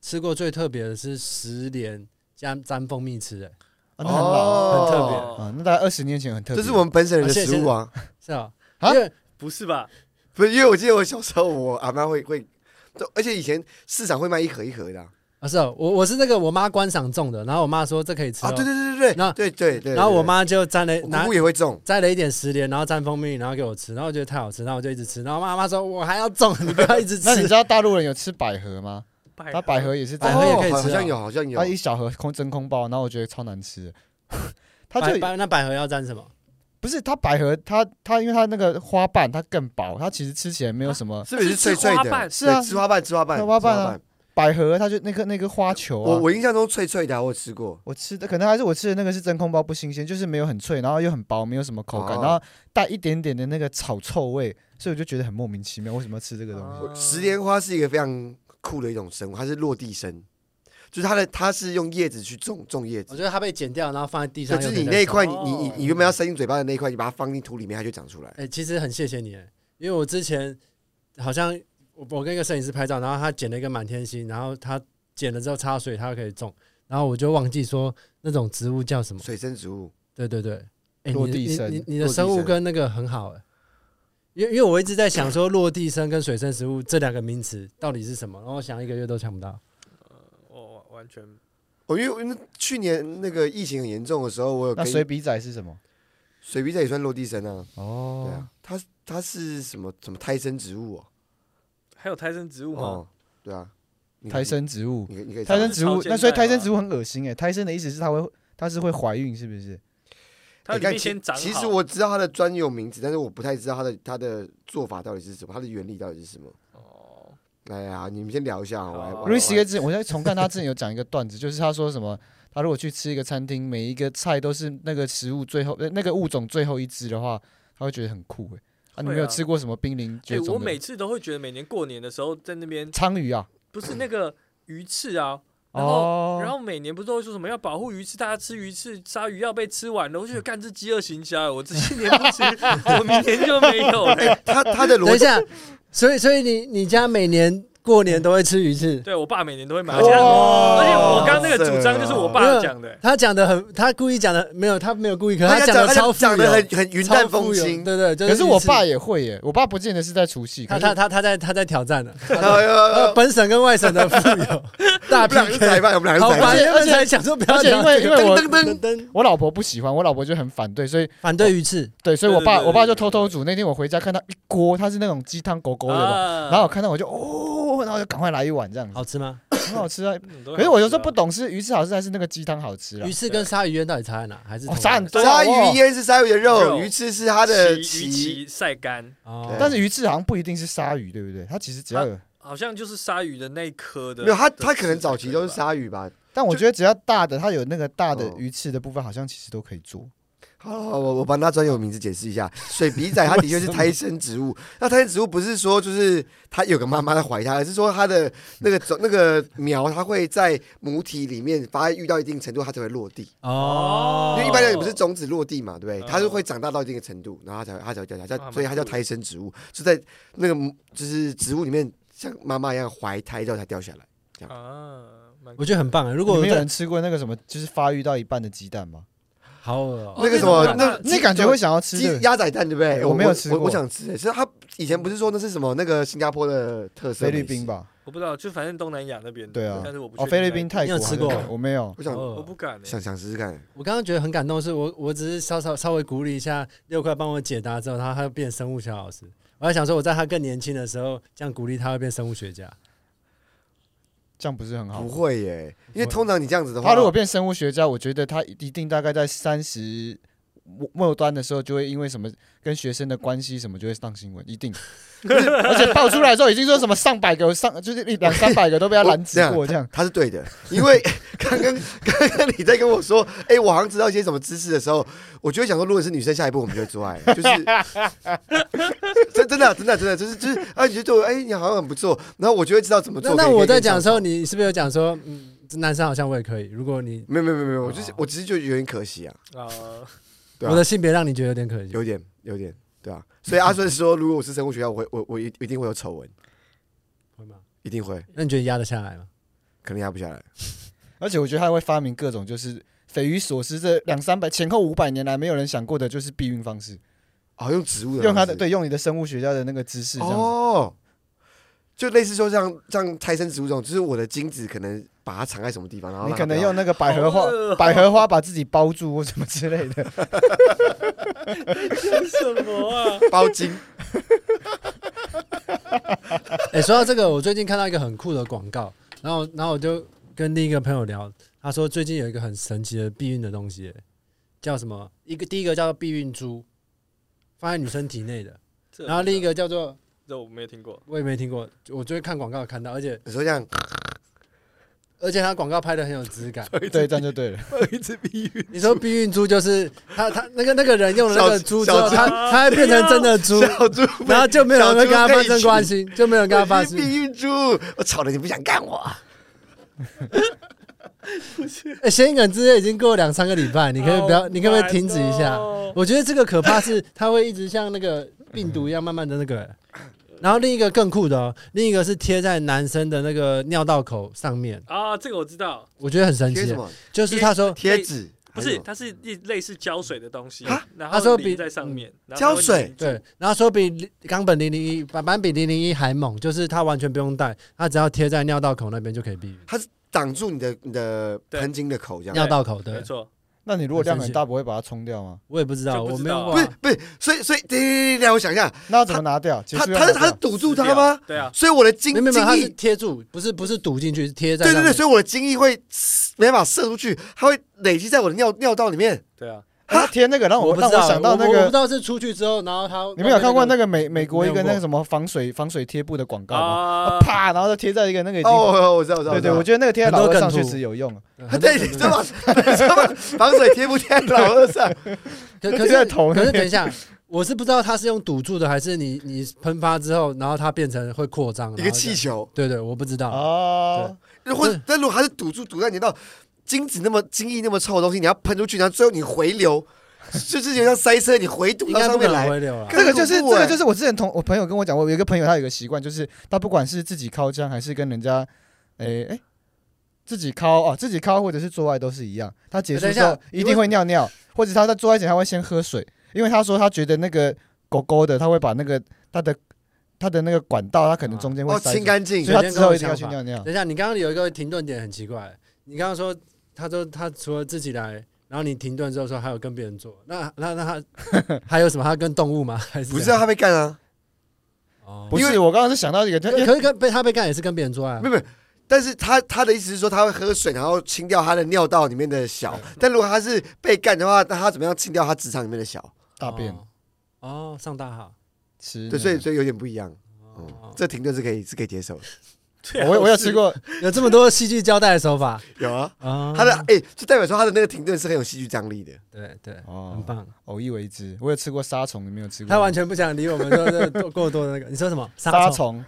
Speaker 1: 吃过最特别的是十莲加沾蜂蜜吃、欸，
Speaker 3: 啊，那很老
Speaker 1: 很特别
Speaker 2: 哦
Speaker 3: 啊，那大概二十年前很特别。
Speaker 4: 这是我们本省人的
Speaker 1: 啊谢谢
Speaker 4: 食物啊，
Speaker 1: 是啊，
Speaker 3: 啊
Speaker 1: 因为
Speaker 2: 不是吧？
Speaker 4: 不是因为我记得我小时候我阿妈会会，都而且以前市场会卖一盒一盒的啊，
Speaker 1: 啊是啊，我我是那个我妈观赏种的，然后我妈说这可以吃、哦
Speaker 4: 啊对对对对
Speaker 1: 那
Speaker 4: 对，对对对，
Speaker 1: 然后我
Speaker 4: 对
Speaker 1: 妈就沾了
Speaker 4: 我
Speaker 1: 拿
Speaker 4: 姑姑也会种，
Speaker 1: 摘了一点十莲，然后沾蜂蜜，然后给我吃，然后我觉得太好吃，然后我就一直吃，然后妈妈说我还要种， 你不要一直
Speaker 3: 那你知
Speaker 1: 吃，
Speaker 3: 道大陆人有吃百合吗？
Speaker 2: 百
Speaker 3: 它百合也是这
Speaker 1: 百
Speaker 3: 样
Speaker 1: 合也可以吃啊
Speaker 4: 哦好像有好像有
Speaker 3: 它，一小盒空真空包，然后我觉得超难吃的。它
Speaker 1: 百
Speaker 3: 就
Speaker 1: 百那百合要沾什么？
Speaker 3: 不是它百合，它它因为它那个花瓣它更薄，它其实吃起来没有什么
Speaker 4: 是不是脆脆
Speaker 2: 吃花
Speaker 4: 的
Speaker 2: 瓣？
Speaker 3: 是啊
Speaker 4: 对吃花瓣吃花瓣
Speaker 3: 吃花瓣啊
Speaker 4: 吃
Speaker 3: 百合，它就那个那个花球啊。
Speaker 4: 我
Speaker 3: 我
Speaker 4: 我印象中脆脆的啊，我有吃过，
Speaker 3: 吃的可能还是我吃的那个是真空包不新鲜，就是没有很脆，然后又很薄，没有什么口感，
Speaker 4: 哦
Speaker 3: 然后带一点点的那个草臭味，所以我就觉得很莫名
Speaker 1: 嗯
Speaker 3: 其妙，为什么要吃这个东西？
Speaker 2: 哦
Speaker 4: 我石莲花是一个非常酷的一种生物，它是落地生。就是它的它是用叶子去种种叶
Speaker 1: 我
Speaker 4: 子，
Speaker 1: 觉得它被剪掉，然后放在哦地
Speaker 4: 所
Speaker 1: 上
Speaker 4: 以
Speaker 1: 又
Speaker 4: 就
Speaker 1: 可
Speaker 4: 是
Speaker 1: 以再种，
Speaker 4: 你那一块你
Speaker 2: 哦
Speaker 4: 你你你原本要塞进嘴巴的那一块，你把它放进土里面，它就长出来。
Speaker 1: 哎、其实很谢谢你，哎因为我之前好像我我跟一个摄影师拍照，然后他剪了一个满天星，然后他剪了之后插水，它可以种，然后我就忘记说那种植物叫什么。
Speaker 4: 水生植物，
Speaker 1: 对对对，哎、
Speaker 3: 落
Speaker 1: 你
Speaker 3: 地生
Speaker 1: 你你你的
Speaker 4: 落地
Speaker 1: 生物
Speaker 4: 生
Speaker 1: 跟那个很好哎，因为因为我一直在想说落地生跟水生植物这两个名词到底是什么，然后我想一个月都想不到。
Speaker 2: 我完全
Speaker 4: 哦，因为因为去年那个疫情很严重的时候，我有
Speaker 3: 那
Speaker 4: 跟
Speaker 3: 水笔仔是什么？
Speaker 4: 水笔仔也算落地生啊，对
Speaker 3: 哦
Speaker 4: 啊，，它它是什么什么胎生植物哦
Speaker 2: 还有胎生植物吗？
Speaker 4: 哦，对啊，你
Speaker 3: 胎，生植物，
Speaker 4: 你可以你可以查
Speaker 3: 胎生
Speaker 2: 是
Speaker 3: 植
Speaker 2: 超
Speaker 3: 物。
Speaker 2: 现
Speaker 3: 那所以
Speaker 2: 代
Speaker 3: 胎生
Speaker 2: 嘛
Speaker 3: 植物很恶心哎，胎生的意思是它会，它是会怀孕是不是？
Speaker 2: 它
Speaker 4: 哎你
Speaker 2: 里
Speaker 4: 看
Speaker 2: 面
Speaker 4: 其
Speaker 2: 先长好。
Speaker 4: 其实我知道它的专有名字，但是我不太知道它的它的做法到底是什么，它的原理到底是什么。
Speaker 2: 哦，
Speaker 4: 哎呀，你们先聊一下，我来
Speaker 2: 好啊
Speaker 4: 我
Speaker 3: Louis
Speaker 4: 来。我
Speaker 3: C.K.
Speaker 4: 来
Speaker 3: 之前，我在重看他之前有讲一个段子，就是他说什么，他如果去吃一个餐厅，每一个菜都是那个食物最后呃那个物种最后一只的话，他会觉得很酷哎。啊，你
Speaker 2: 会
Speaker 3: 没有
Speaker 2: 啊
Speaker 3: 吃过什么濒临
Speaker 2: 哎、
Speaker 3: 绝
Speaker 2: 我
Speaker 3: 种的
Speaker 2: 每次都会觉得每年过年的时候在那边
Speaker 3: 鲳鱼啊？
Speaker 2: 不是那个鱼翅啊，然后、
Speaker 3: 哦，
Speaker 2: 然后每年不是都会说什么要保护鱼翅，大家吃鱼翅，鲨鱼要被吃完了。我就觉 得干这饥饿行销，我这些年不吃，我明年就没有哎了。
Speaker 4: 它它的
Speaker 1: 等
Speaker 4: 逻
Speaker 1: 一
Speaker 4: 辑，
Speaker 1: 下，所以所以你你家每年过年都会吃鱼翅？
Speaker 2: 对我爸每年都会买，
Speaker 4: 哇
Speaker 2: 而且
Speaker 3: 哦
Speaker 2: 而且我刚刚那个主张就是我爸讲的、
Speaker 1: 他讲的很，他故意讲的没有，他没有故意，可是
Speaker 4: 他
Speaker 1: 讲的超
Speaker 4: 讲
Speaker 1: 富有
Speaker 4: 讲的很很云淡风
Speaker 1: 超富
Speaker 4: 轻
Speaker 1: 有，对对，就
Speaker 3: 可是
Speaker 1: 鱼
Speaker 3: 我
Speaker 1: 翅
Speaker 3: 爸也会耶，我爸不见得是在除夕，
Speaker 1: 他
Speaker 3: 可
Speaker 1: 他
Speaker 3: 是
Speaker 1: 他他在他在挑战了，
Speaker 4: 哎呦哎
Speaker 1: 呃
Speaker 4: 呦
Speaker 1: 本省跟外省的富有
Speaker 4: 我
Speaker 1: 大
Speaker 4: 们两个是裁
Speaker 1: PK，
Speaker 4: 判，我们两
Speaker 1: 好
Speaker 4: 个是裁判
Speaker 1: 烦，
Speaker 3: 而且
Speaker 1: 原本才想说不要
Speaker 3: 而且
Speaker 1: 讲
Speaker 3: 因为
Speaker 1: 这
Speaker 3: 因
Speaker 1: 个，
Speaker 3: 为我
Speaker 4: 噔噔噔
Speaker 1: 噔噔，
Speaker 3: 我老婆不喜欢，我老婆就很反对，所以
Speaker 1: 反对鱼翅，
Speaker 3: 对，所以我
Speaker 2: 对对
Speaker 3: 爸
Speaker 2: 对
Speaker 3: 我爸
Speaker 2: 对
Speaker 3: 就
Speaker 2: 对
Speaker 3: 偷偷煮。那天我回家看到一锅，它是那种鸡汤狗狗的
Speaker 2: 啊
Speaker 3: 嘛，然后我看到我就哦，然后就赶快来一碗这样子，
Speaker 1: 好吃吗？
Speaker 3: 很好吃啊。
Speaker 2: 可
Speaker 3: 可是我有时候不，懂是鱼翅好吃还是那个鸡汤好吃啊
Speaker 1: 鱼。翅跟鲨鱼烟到底差在哪？还是
Speaker 3: 哦
Speaker 1: 同
Speaker 3: 差
Speaker 1: 样
Speaker 3: 很多
Speaker 4: 鲨
Speaker 3: 哦
Speaker 4: 鱼烟是鲨鱼的肉，
Speaker 2: 啊肉
Speaker 4: 鱼翅是它的
Speaker 2: 鱼
Speaker 4: 鳍。
Speaker 2: 鳍晒干，
Speaker 1: 哦
Speaker 4: 对
Speaker 3: 但是鱼翅好像不一定是鲨鱼，对不对？它其实只要有，
Speaker 2: 好像就是鲨鱼的那一颗的。
Speaker 4: 没有，它它可能早期都是，鲨鱼吧。
Speaker 3: 但我觉得只要大的，它有那个大的
Speaker 4: 哦
Speaker 3: 鱼翅的部分，好像其实都可以做。
Speaker 4: 好了，好我我帮它专有名字解释一下，水笔仔它的确是胎生植物。那胎生植物不是说就是它有个妈妈在怀它，而是说它的那个种那个苗，它会在母体里面发育到一定程度，它才会落地。因
Speaker 1: 哦，
Speaker 4: 为一般人不是种子落地嘛，对不
Speaker 2: 哦
Speaker 4: 对？它是会长大到一定的程度，然后它才它才会掉下来，
Speaker 2: 哇
Speaker 4: 它所以它
Speaker 2: 蛮
Speaker 4: 叫
Speaker 2: 酷的
Speaker 4: 胎生植物，是在那个母就是植物里面像妈妈一样怀胎之后才掉下来。
Speaker 2: 啊，
Speaker 1: 我觉得很棒啊。如果我
Speaker 3: 你们有
Speaker 1: 在
Speaker 3: 人吃过那个什么，就是发育到一半的鸡蛋吗？
Speaker 1: 好恶哦
Speaker 2: 哦
Speaker 4: 那个
Speaker 2: 那
Speaker 4: 什么
Speaker 2: 种，
Speaker 4: 那
Speaker 3: 那感觉会想要吃
Speaker 4: 鸡
Speaker 3: 的。
Speaker 4: 鸭仔蛋对不对？
Speaker 3: 对我没有吃
Speaker 4: 我
Speaker 3: 过
Speaker 4: 我想吃。哎是它以前不是说那是什么那个新加坡的特
Speaker 3: 菲
Speaker 4: 色美食
Speaker 3: 律宾？吧，
Speaker 2: 我不知道，就反正东南亚那边的。
Speaker 3: 对啊
Speaker 2: 但是我不确
Speaker 3: 哦，
Speaker 2: 定
Speaker 3: 菲律宾、
Speaker 2: 哪
Speaker 3: 泰国，
Speaker 1: 你有吃过
Speaker 3: 我没有。
Speaker 4: 我
Speaker 1: 好
Speaker 4: 想
Speaker 1: 恶
Speaker 2: 里，我不敢欸。
Speaker 4: 想想试试看。
Speaker 1: 我刚刚觉得很感动，是我我只是稍稍稍微鼓励一下六块帮我解答之后，然后他就变生物小老师。我还想说，我在他更年轻的时候这样鼓励他会变生物学家。
Speaker 3: 这样不是很好
Speaker 4: 不
Speaker 3: 吗。
Speaker 4: 会耶，因为通常你这样子的话，
Speaker 3: 他如果变生物学家，我觉得他一定大概在三十末端的时候，就会因为什么跟学生的关系什么，就会上新闻，一定。而且爆出来之后，已经说什么上百个上，就是一两三百个都被他拦截过这样。
Speaker 4: 他是对的，因为 刚刚刚刚你在跟我说，哎、我好像知道一些什么知识的时候，我就会想说，如果是女生，下一步我们就会做爱，就是 真真的啊真的啊真的啊就是就是啊，你就对我，哎、你好像很不错，然后我就会知道怎么
Speaker 1: 那
Speaker 4: 做。
Speaker 1: 那
Speaker 4: 可以
Speaker 1: 我在
Speaker 4: 可以
Speaker 1: 讲的时候，
Speaker 4: 上手
Speaker 1: 你是不是有讲说，嗯，这男生好像我也可以？如果你
Speaker 4: 没有没有没有没有，我就是
Speaker 1: 哦
Speaker 4: 我只是就有点可惜啊，
Speaker 2: 啊，
Speaker 4: 对啊
Speaker 1: 我的性别让你觉得有点可惜，
Speaker 4: 有点有点对啊，所以阿顺说，如果我是生物学家，我会我我一一定会有丑闻，
Speaker 1: 会吗？
Speaker 4: 一定会，
Speaker 1: 那你觉得压得下来吗？
Speaker 4: 可能压不下来。
Speaker 3: 而且我觉得他会发明各种就是匪夷所思，这两三百前后五百年来没有人想过的，就是避孕方式，
Speaker 4: 好、用植物的
Speaker 3: 用他
Speaker 4: 方
Speaker 3: 的
Speaker 4: 式
Speaker 3: 对用你的生物学家的那个知识这样子。
Speaker 4: 啊哦，就类似说像像胎生植物这种，就是我的精子可能把它藏在什么地方，然后
Speaker 3: 你
Speaker 4: 让
Speaker 3: 可
Speaker 4: 它
Speaker 3: 能
Speaker 4: 不要
Speaker 3: 用那个百合花
Speaker 2: 好饿哦，
Speaker 3: 百合花把自己包住或什么之类的。
Speaker 2: 这什么啊？
Speaker 4: 包茎，
Speaker 1: 哎、说到这个，我最近看到一个很酷的广告，然后然后我就跟另一个朋友聊，他说最近有一个很神奇的避孕的东西，叫什么？一个第一个叫做避孕珠，放在女生体内的，
Speaker 2: 这
Speaker 1: 然后另一个叫做
Speaker 2: 这我没有听过。
Speaker 1: 我也没听过，我就会看广告看到，而且
Speaker 4: 你说这样
Speaker 1: 而且他广告拍的很有质感。
Speaker 3: 对，这样就对了。
Speaker 4: 一直避孕，
Speaker 1: 你说避孕珠就是他他那个那个人用了那个猪之后，
Speaker 4: 小猪
Speaker 1: 他他会变成真的猪，
Speaker 4: 小猪，
Speaker 1: 然后就没有人会跟他发
Speaker 4: 小
Speaker 1: 生
Speaker 4: 猪
Speaker 1: 关系，就没有人跟他发
Speaker 4: 我
Speaker 1: 生。
Speaker 4: 是避孕猪，我吵得你不想干我。
Speaker 1: 哎、谐音梗之夜已经过了两三个礼拜，你可以不要，你可不可以停止一下？
Speaker 2: 哦
Speaker 1: 我觉得这个可怕是它会一直像那个病毒一样慢慢的那个。然后另一个更酷的哦，另一个是贴在男生的那个尿道口上面，
Speaker 2: 啊，这个我知道，
Speaker 1: 我觉得很神
Speaker 4: 贴
Speaker 1: 奇
Speaker 4: 什。么？
Speaker 1: 就是他说
Speaker 4: 贴纸？
Speaker 2: 不
Speaker 4: 还
Speaker 2: 是，
Speaker 4: 什么
Speaker 2: 它是一类似胶水的东西
Speaker 4: 啊，
Speaker 2: 然
Speaker 1: 他说
Speaker 2: 后
Speaker 1: 比嗯
Speaker 2: 淋在上面，然后
Speaker 4: 胶
Speaker 2: 它会
Speaker 4: 水
Speaker 2: 凝住
Speaker 1: 对，，然后说比冈本零零一版版比零零一还猛，就是他完全不用带，他只要贴在尿道口那边就可以避孕。
Speaker 4: 挡住你的你的喷精的口这样。
Speaker 1: 尿道口
Speaker 2: 没
Speaker 1: 对，
Speaker 2: 错，
Speaker 3: 那你如果量很大，不会把它冲掉吗？
Speaker 1: 我也不知道，
Speaker 2: 就不
Speaker 1: 我
Speaker 2: 知
Speaker 1: 没
Speaker 2: 道啊
Speaker 1: 有
Speaker 4: 不是
Speaker 1: 哇
Speaker 4: 不是，所以所以，等等等，让我想一下，
Speaker 3: 那要怎么拿掉？结
Speaker 4: 他
Speaker 3: 束要
Speaker 4: 他是
Speaker 3: 拿
Speaker 4: 他是
Speaker 3: 掉
Speaker 4: 堵住
Speaker 2: 死
Speaker 4: 他
Speaker 2: 掉
Speaker 4: 吗？
Speaker 2: 对啊，
Speaker 4: 所以我的精
Speaker 1: 没有没有，
Speaker 4: 精
Speaker 1: 它是
Speaker 4: 液，
Speaker 1: 贴住，不是不是堵进去，是贴在
Speaker 4: 对对
Speaker 1: 上
Speaker 4: 对，
Speaker 1: 面。
Speaker 4: 所以我的精液会没办法射出去，它会累积在我的尿尿道里面。
Speaker 2: 对啊，
Speaker 3: 哎他贴那个让
Speaker 1: 我
Speaker 3: 我
Speaker 1: 不知
Speaker 3: 让
Speaker 1: 道，
Speaker 3: 想到那
Speaker 1: 我我不知
Speaker 3: 个，
Speaker 1: 道是出去之后，然后他
Speaker 3: 你们有看过那个美
Speaker 1: 没
Speaker 3: 美国一
Speaker 1: 没
Speaker 3: 个
Speaker 1: 有
Speaker 3: 那
Speaker 1: 过
Speaker 3: 个什么防水防水贴布的广告吗？
Speaker 2: 啊
Speaker 3: 啊，啪，然后就贴在一个那个已经
Speaker 4: 哦，我知道我知道，
Speaker 3: 对对，
Speaker 4: 我
Speaker 3: 我
Speaker 4: 知
Speaker 3: 觉得那个贴在老
Speaker 1: 很多
Speaker 3: 二
Speaker 1: 梗
Speaker 3: 上确
Speaker 1: 图
Speaker 3: 实有用，
Speaker 4: 道 对，你知道吗？你知道吗？防水贴不贴老二上？
Speaker 1: 可可
Speaker 3: 贴在
Speaker 1: 是
Speaker 3: 头
Speaker 1: 可是等一下，我是不知道它是用堵住的，还是你你喷发之后，然后它变成会扩 张
Speaker 4: 一个气。球，
Speaker 1: 然后这样对对，我不知道。
Speaker 3: 哦，
Speaker 4: 或者但如果它是堵住堵在你的尿道，精子那么精液那么臭的东西，你要喷出去，然后最后你回流，就是有点像塞车，你回堵
Speaker 1: 应
Speaker 4: 到
Speaker 1: 该
Speaker 4: 上
Speaker 1: 不
Speaker 4: 面
Speaker 1: 可能
Speaker 4: 来。
Speaker 1: 回流了
Speaker 4: 看，
Speaker 3: 这个就是这
Speaker 4: 很恐怖欸
Speaker 3: 个就是我之前同我朋友跟我讲过，我有一个朋友他有一个习惯，就是他不管是自己靠枪还是跟人家，诶诶，自己靠哦自己靠或者是做爱都是一样，他结束之
Speaker 1: 等一
Speaker 3: 后
Speaker 1: 下
Speaker 3: 一定会尿尿，或者他在做爱前他会先喝水，因为他说他觉得那个狗狗的他会把那个他的他的那个管道他可能中间会
Speaker 4: 哦，
Speaker 3: 塞
Speaker 4: 清
Speaker 3: 住，
Speaker 4: 干净
Speaker 3: 所以。他之后一定要去尿尿。
Speaker 1: 等一下，你刚刚有一个停顿点很奇怪，你刚刚说他说他除了自己来。然后你停顿之后说还有跟别人做，那那 那他还有什么？他跟动物吗？还是
Speaker 4: 不是
Speaker 1: 怎
Speaker 4: 啊，
Speaker 1: 样
Speaker 4: 他被干啊，
Speaker 1: 哦
Speaker 3: 不是，我刚刚是想到一个，因为
Speaker 1: 可是跟被他被干也是跟别人做爱啊
Speaker 4: 没，有没有。但是他他的意思是说，他会喝水，然后清掉他的尿道里面的小。但如果他是被干的话，那他怎么样清掉他直肠里面的小？
Speaker 3: 大便
Speaker 1: 哦哦，上大号。
Speaker 3: 吃，
Speaker 4: 对，所以所以有点不一样。
Speaker 1: 哦
Speaker 4: 这停顿是可以是可以接受的。
Speaker 2: 对啊
Speaker 3: 我我有吃过，
Speaker 1: 有这么多戏剧交代的手法
Speaker 4: 有啊，
Speaker 1: 啊！
Speaker 4: 他的哎、就代表说他的那个停顿是很有戏剧张力的。
Speaker 1: 对对，
Speaker 3: 哦
Speaker 1: 很棒。
Speaker 3: 偶一为之，我有吃过沙虫，你没有吃过吗？
Speaker 1: 他完全不想理我们说这多过多的那个。你说什么？
Speaker 3: 沙
Speaker 1: 虫？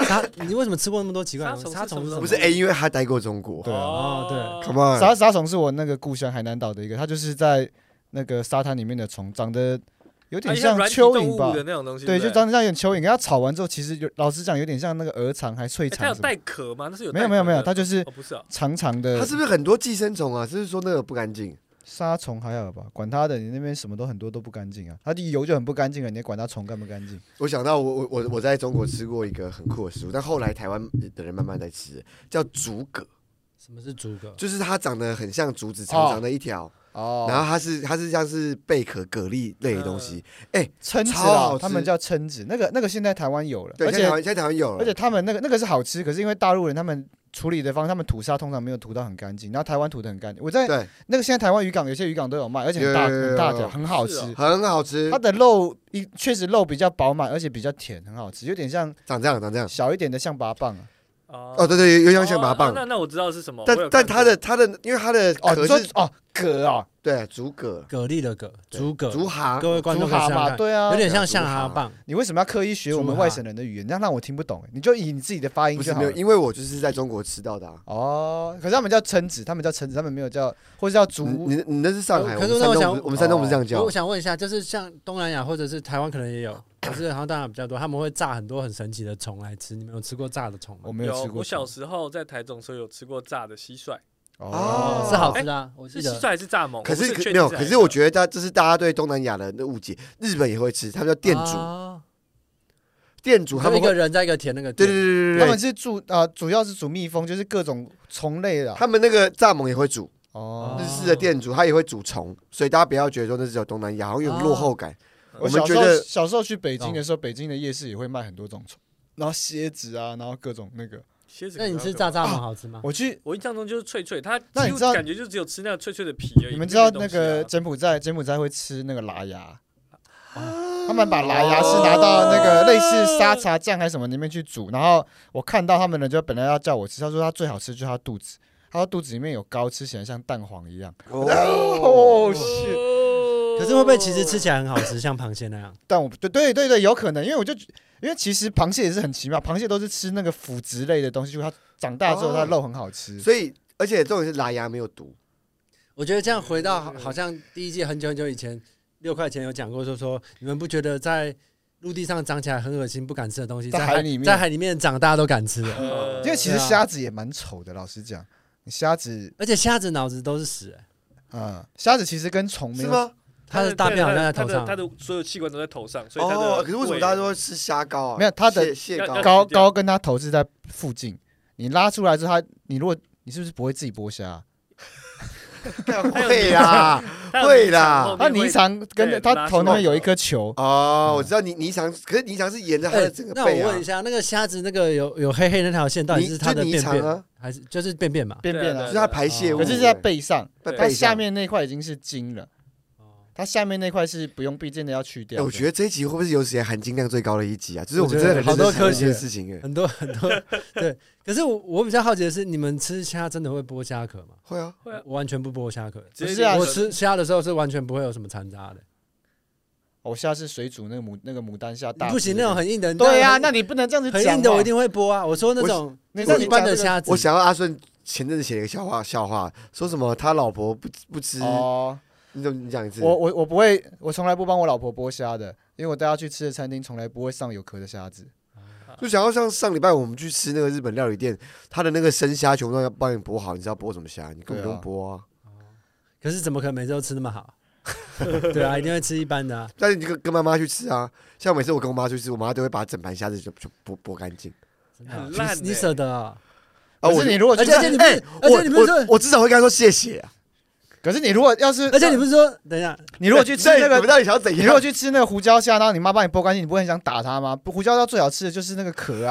Speaker 3: 虫，
Speaker 1: 沙？你为什么吃过那么多奇怪的东西？
Speaker 2: 沙
Speaker 1: 沙
Speaker 2: 虫
Speaker 1: 虫
Speaker 2: 是
Speaker 1: 是什
Speaker 2: 什么
Speaker 1: 么？
Speaker 4: 不是哎、因为他待过中国。
Speaker 3: 对啊
Speaker 1: 哦对
Speaker 4: Come on，
Speaker 3: 沙沙虫是我那个故乡海南岛的一个，它就是在那个沙滩里面的虫，长得有
Speaker 2: 它
Speaker 3: 点
Speaker 2: 像
Speaker 3: 像
Speaker 2: 啊软体
Speaker 3: 蚯
Speaker 2: 动
Speaker 3: 蚓吧
Speaker 2: 物的？那种东西，
Speaker 3: 对，
Speaker 2: 不
Speaker 3: 就长得像有点蚯蚓。它炒完之后，其实有老实讲，有点像那个鹅肠还脆
Speaker 2: 哎它
Speaker 3: 肠
Speaker 2: 有
Speaker 3: 什么
Speaker 2: 带壳吗？那是有
Speaker 3: 的。没有没有没有，它
Speaker 2: 就
Speaker 3: 就是
Speaker 2: 哦不是啊，
Speaker 3: 长长的
Speaker 4: 他是不是很多寄生虫啊？就是说那个不干净。
Speaker 3: 沙虫，还好吧？管它的，你那边什么都很多都不干净啊，它的油就很不干净了，你还管它虫干不干净？
Speaker 4: 我想到我我我我在中国吃过一个很酷的食物，但后来台湾的人慢慢在吃，叫竹葛，
Speaker 1: 什么是竹葛？
Speaker 4: 就是它长得很像竹子，长长的一条，
Speaker 3: 哦，
Speaker 4: 然后它是它是像是贝壳、蛤蜊类的东西。
Speaker 3: 蛏子
Speaker 4: 超好
Speaker 3: 啦
Speaker 4: 吃，
Speaker 3: 他们叫蛏子，那个那个现在台湾有了，
Speaker 4: 对，
Speaker 3: 而
Speaker 4: 现在
Speaker 3: 且
Speaker 4: 台湾现在台湾有了，
Speaker 3: 而且他们那个那个是好吃，可是因为大陆人他们处理的方，他们吐沙通常没有吐到很干净，然后台湾吐的很干净。我在
Speaker 4: 对，
Speaker 3: 那个现在台湾渔港有些渔港都有卖，而且很大
Speaker 4: 有有有啊
Speaker 3: 很大
Speaker 4: 有
Speaker 3: 条，很好
Speaker 2: 是
Speaker 3: 吃
Speaker 2: 哦。
Speaker 4: 很好吃
Speaker 3: 它，的肉一确实肉比较饱满，而且比较甜，很好吃，有点像
Speaker 4: 长这样长这样。
Speaker 3: 小一点的象拔蚌啊。
Speaker 4: 哦，
Speaker 2: 哦，
Speaker 4: 对对，有点像象
Speaker 2: 哦
Speaker 4: 拔
Speaker 2: 哦那
Speaker 4: 蚌，
Speaker 2: 那我知道是什么，
Speaker 4: 但
Speaker 2: 我有看
Speaker 4: 但
Speaker 2: 过
Speaker 4: 它的它的，因为它的
Speaker 3: 哦，你
Speaker 4: 壳
Speaker 3: 说
Speaker 4: 是
Speaker 3: 哦蛤啊，
Speaker 4: 对竹葛、
Speaker 1: 蛤蜊的蛤，
Speaker 4: 对
Speaker 1: 竹葛。
Speaker 4: 竹蛤，
Speaker 1: 各位观
Speaker 3: 猪
Speaker 1: 众可以
Speaker 3: 蛤
Speaker 1: 想
Speaker 3: 嘛，
Speaker 1: 想看，
Speaker 3: 对啊
Speaker 1: 有。点像
Speaker 4: 对啊
Speaker 1: 象
Speaker 4: 猪
Speaker 1: 蛤
Speaker 4: 蛤
Speaker 1: 蚌。
Speaker 3: 你为什么要刻意学我们
Speaker 1: 猪蛤
Speaker 3: 外省人的语言？这样让我听不懂，你就以你自己的发音
Speaker 4: 不
Speaker 3: 就是好
Speaker 4: 没有，
Speaker 3: 了。
Speaker 4: 因为我就是在中国吃到的啊。
Speaker 3: 哦，可是他们叫蛏子，他们叫蛏子，他们没有叫，或是叫
Speaker 4: 你
Speaker 3: 竹
Speaker 4: 你你那是上海，
Speaker 1: 可可
Speaker 4: 我
Speaker 1: 是
Speaker 4: 们山
Speaker 1: 我
Speaker 4: 东
Speaker 1: 想
Speaker 4: 不是我们山东不是这样叫
Speaker 1: 我，想问一下，就是像东南亚或者是台湾可能也有，可是好像当然比较多，他们会炸很多很神奇的虫来吃。你们有吃过炸的虫吗
Speaker 3: 我？没
Speaker 2: 有
Speaker 3: 吃过。
Speaker 2: 我小时候在台中的时候有吃过炸的蟋蟀，
Speaker 4: 哦
Speaker 1: 是好吃的啊，我
Speaker 2: 是
Speaker 1: 记
Speaker 2: 蟋
Speaker 1: 得。
Speaker 2: 蟀还是蚱蜢？
Speaker 4: 可
Speaker 2: 我
Speaker 4: 是
Speaker 2: 不
Speaker 4: 可
Speaker 2: 确定
Speaker 4: 没有，
Speaker 2: 哪
Speaker 4: 可
Speaker 2: 一
Speaker 4: 是
Speaker 2: 个
Speaker 4: 我觉得大这是大家对东南亚人的误解，日本也会吃，他们叫店主，
Speaker 1: 啊
Speaker 4: 店主他
Speaker 1: 就
Speaker 4: 们
Speaker 1: 一
Speaker 4: 会
Speaker 1: 个，人在一个田那个
Speaker 4: 对对
Speaker 1: 店
Speaker 4: 对对
Speaker 3: 他
Speaker 4: 对
Speaker 3: 们
Speaker 4: 对，
Speaker 3: 是煮啊、主要是煮蜜蜂，就是各种虫类的啊。
Speaker 4: 他们那个蚱蜢也会煮，
Speaker 3: 哦
Speaker 4: 日，式的店主他也会煮虫，所以大家不要觉得说那是只有东南亚，好像有落后感。我
Speaker 3: 我
Speaker 4: 们
Speaker 3: 小
Speaker 4: 觉
Speaker 3: 时候
Speaker 4: 得
Speaker 3: 小时候去北京的时候，北京的夜市也会卖很多种虫，然后蝎子啊，然后各种那个。
Speaker 2: 蝎子
Speaker 1: 那
Speaker 2: 比
Speaker 1: 你
Speaker 2: 较
Speaker 1: 吃
Speaker 2: 可
Speaker 1: 炸
Speaker 2: 怕？
Speaker 1: 蚱蜢好吃吗？
Speaker 3: 我去，
Speaker 2: 我印象中就是脆脆，它
Speaker 3: 那
Speaker 2: 几
Speaker 3: 你
Speaker 2: 乎
Speaker 3: 知道
Speaker 2: 感觉就只有吃那个脆脆的皮而已。
Speaker 3: 你们知
Speaker 2: 没有
Speaker 3: 道
Speaker 2: 东
Speaker 3: 那
Speaker 2: 西
Speaker 3: 个
Speaker 2: 啊
Speaker 3: 柬埔寨柬埔寨会吃那个喇牙，啊
Speaker 4: 他
Speaker 3: 他们把喇牙是拿到那个类似沙茶酱还是什么里面去煮，然后我看到他们人就本来要叫我吃，他说他最好吃就是他肚子，他说肚子里面有膏，吃起来像蛋黄一样。
Speaker 4: 哦，
Speaker 3: shit
Speaker 2: 哦
Speaker 1: 可是会不会其实吃起来很好吃，像螃蟹那样？
Speaker 3: 但我对对对对，有可能，因为我就因为其实螃蟹也是很奇妙，螃蟹都是吃那个腐殖类的东西，就它长大之后它
Speaker 4: 哦
Speaker 3: 肉很好吃。
Speaker 4: 所以而且重点是蓝牙没有毒，
Speaker 1: 我觉得这样回到好好像第一季很久很久以前六块钱有讲过，就说你们不觉得在陆地上长起来很恶心不敢吃的东西，
Speaker 3: 在
Speaker 1: 在
Speaker 3: 海里面
Speaker 1: 在海里面长大家都敢吃了，
Speaker 2: 呃
Speaker 3: 因为其实
Speaker 1: 对啊
Speaker 3: 虾子也蛮丑的，老实讲，你虾子
Speaker 1: 而且虾子脑子都是屎、欸
Speaker 3: 啊，虾子其其实跟虫没
Speaker 4: 是
Speaker 3: 有
Speaker 4: 吗？
Speaker 1: 它的大便好像在头上
Speaker 2: 它的它的所有器官都在头上，所以它的
Speaker 4: 哦，可是为什么大家都会吃虾膏啊？
Speaker 3: 没有它的
Speaker 4: 蟹蟹膏
Speaker 2: 要，
Speaker 3: 高
Speaker 2: 吃掉
Speaker 3: 高跟它头是在附近，你拉出来之后，它你如果你是不是不会自己剥虾啊？
Speaker 4: 会啊啦，
Speaker 2: 它有
Speaker 4: 会啦
Speaker 2: 后
Speaker 3: 它
Speaker 2: 面
Speaker 3: 泥
Speaker 2: 会
Speaker 3: 肠
Speaker 2: 对
Speaker 3: 跟它
Speaker 2: 拉
Speaker 3: 头
Speaker 2: 出
Speaker 3: 那边
Speaker 2: 来
Speaker 3: 有一颗球，
Speaker 4: 哦，我知道你你想，可是你想是沿着它的
Speaker 1: 哎
Speaker 4: 整个
Speaker 1: 那
Speaker 4: 背
Speaker 1: 我
Speaker 4: 啊
Speaker 1: 问一，下，那个虾子那个有有黑黑那条线，到底
Speaker 4: 你
Speaker 1: 是
Speaker 4: 就
Speaker 1: 它的
Speaker 4: 泥
Speaker 1: 便
Speaker 4: 肠
Speaker 1: 便、
Speaker 4: 啊，
Speaker 1: 还是就是便便嘛？
Speaker 3: 便
Speaker 2: 对啊
Speaker 3: 便
Speaker 2: 对
Speaker 3: 啊
Speaker 2: 啊
Speaker 4: 就是它排泄物，啊
Speaker 3: 可是是在背上，
Speaker 1: 哦
Speaker 4: 在
Speaker 2: 对
Speaker 3: 它
Speaker 4: 背
Speaker 3: 下
Speaker 4: 上。
Speaker 3: 面那块已经是筋了，
Speaker 2: 哦
Speaker 3: 它下面那块是不用必见的要去掉
Speaker 4: 哎，
Speaker 3: 的。
Speaker 4: 我觉得这一集会不会是有史以来含金量最高的一集啊？就是我们
Speaker 1: 我
Speaker 4: 真
Speaker 1: 觉得
Speaker 4: 的很认真
Speaker 1: 好多
Speaker 4: 想这
Speaker 1: 科学
Speaker 4: 件事情哎，
Speaker 1: 很多很多对，可是我我比较好奇的是，你们吃虾真的会剥虾壳吗？
Speaker 4: 会啊，
Speaker 2: 会啊
Speaker 1: 我完全不剥虾壳，
Speaker 2: 直接
Speaker 3: 不是啊
Speaker 1: 我
Speaker 2: 就
Speaker 1: 吃虾的时候是完全不会有什么残渣的。
Speaker 3: 我下次水煮那个牡那个牡丹虾大，
Speaker 1: 不行，那种很硬的。
Speaker 3: 对呀、
Speaker 1: 呀、
Speaker 3: 那你不能这样子
Speaker 1: 很
Speaker 3: 讲
Speaker 1: 硬的
Speaker 3: 嘛
Speaker 1: 我一定会剥啊。我说那种
Speaker 3: 那
Speaker 1: 不
Speaker 3: 那
Speaker 1: 是
Speaker 3: 你
Speaker 1: 一般
Speaker 3: 讲
Speaker 1: 的
Speaker 3: 这个
Speaker 1: 虾子
Speaker 4: 我，想到阿顺前阵子写了一个笑话，笑话说什么他老婆不不吃，
Speaker 3: 哦，
Speaker 4: 你怎么你讲一次？
Speaker 3: 我我我不会，我从来不帮我老婆剥虾的，因为我带她去吃的餐厅从来不会上有壳的虾子。
Speaker 4: 就想要像上礼拜我们去吃那个日本料理店，他的那个生虾全部都要帮你剥好，你知道剥什么虾？你根本不用剥啊，
Speaker 1: 可是怎么可能每次都吃那么 好？对啊，一定会吃一般的、啊。
Speaker 4: 但是你跟跟妈妈去吃啊，像每次我跟我妈去吃，我妈都会把整盘虾子就就剥剥干净
Speaker 1: 真的啊
Speaker 2: 很烂
Speaker 1: 你你
Speaker 2: 欸
Speaker 1: 舍得啊？
Speaker 4: 啊。
Speaker 3: 可
Speaker 4: 我
Speaker 3: 是你
Speaker 4: 就
Speaker 3: 如果
Speaker 1: 而
Speaker 3: 去
Speaker 1: 且而且
Speaker 3: 餐，
Speaker 1: 你不是，而且你不
Speaker 4: 我
Speaker 1: 是说
Speaker 4: 我，我至少会跟她说谢谢啊。
Speaker 3: 可是你如果要是，
Speaker 1: 而且你不是说，等一下，
Speaker 3: 你如果去吃
Speaker 4: 对
Speaker 3: 那
Speaker 4: 你们
Speaker 3: 个，
Speaker 4: 到底想要怎
Speaker 3: 你如果
Speaker 4: 样？
Speaker 3: 去吃那个胡椒虾，然后你妈帮你剥干净，你不会很想打她吗？不胡椒虾最好吃的就是那个壳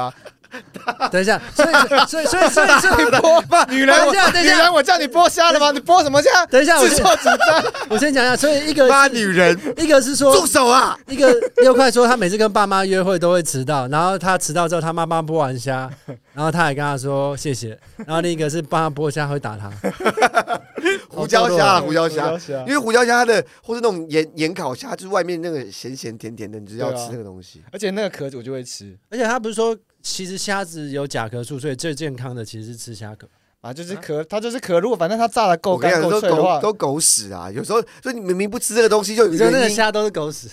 Speaker 3: 啊，
Speaker 1: 等一下，所以所以所以所以所以，
Speaker 3: 剥女人
Speaker 1: 等
Speaker 3: 我
Speaker 1: 一下等一
Speaker 3: 女
Speaker 1: 下
Speaker 3: 人我叫你剥虾了吗？你剥什么虾？
Speaker 1: 等一下，我
Speaker 3: 自
Speaker 1: 先
Speaker 3: 作主张。
Speaker 1: 我先讲一下，所以一个
Speaker 4: 妈，女人
Speaker 1: 一个是说
Speaker 4: 住手啊！
Speaker 1: 一个六块说他每次跟爸妈约会都会迟到，然后他迟到之后他妈妈剥完虾，然后他还跟他说谢谢，然后另一个是帮他剥虾会打他，
Speaker 3: 哦
Speaker 4: 胡椒虾啊，胡椒
Speaker 3: 胡
Speaker 4: 虾
Speaker 3: 椒，虾
Speaker 4: 因为胡椒虾它的或是那种盐盐烤虾，就是外面那个咸咸甜甜的，你就是要
Speaker 3: 对啊
Speaker 4: 吃那个东西。
Speaker 3: 而且那个壳子我就会吃，
Speaker 1: 而且他不是说其实虾子有甲壳素，所以最健康的其实是吃虾壳。
Speaker 3: 啊，就是
Speaker 2: 啊
Speaker 3: 壳，它就是壳。如果反正它炸的够
Speaker 4: 我跟你
Speaker 3: 干
Speaker 4: 讲，
Speaker 3: 够
Speaker 4: 都
Speaker 3: 脆的话
Speaker 4: 狗，都狗屎啊！有时候，所以你明明不吃这个东西，就有
Speaker 1: 你说那
Speaker 4: 原
Speaker 1: 个
Speaker 4: 因。
Speaker 1: 虾都是狗屎，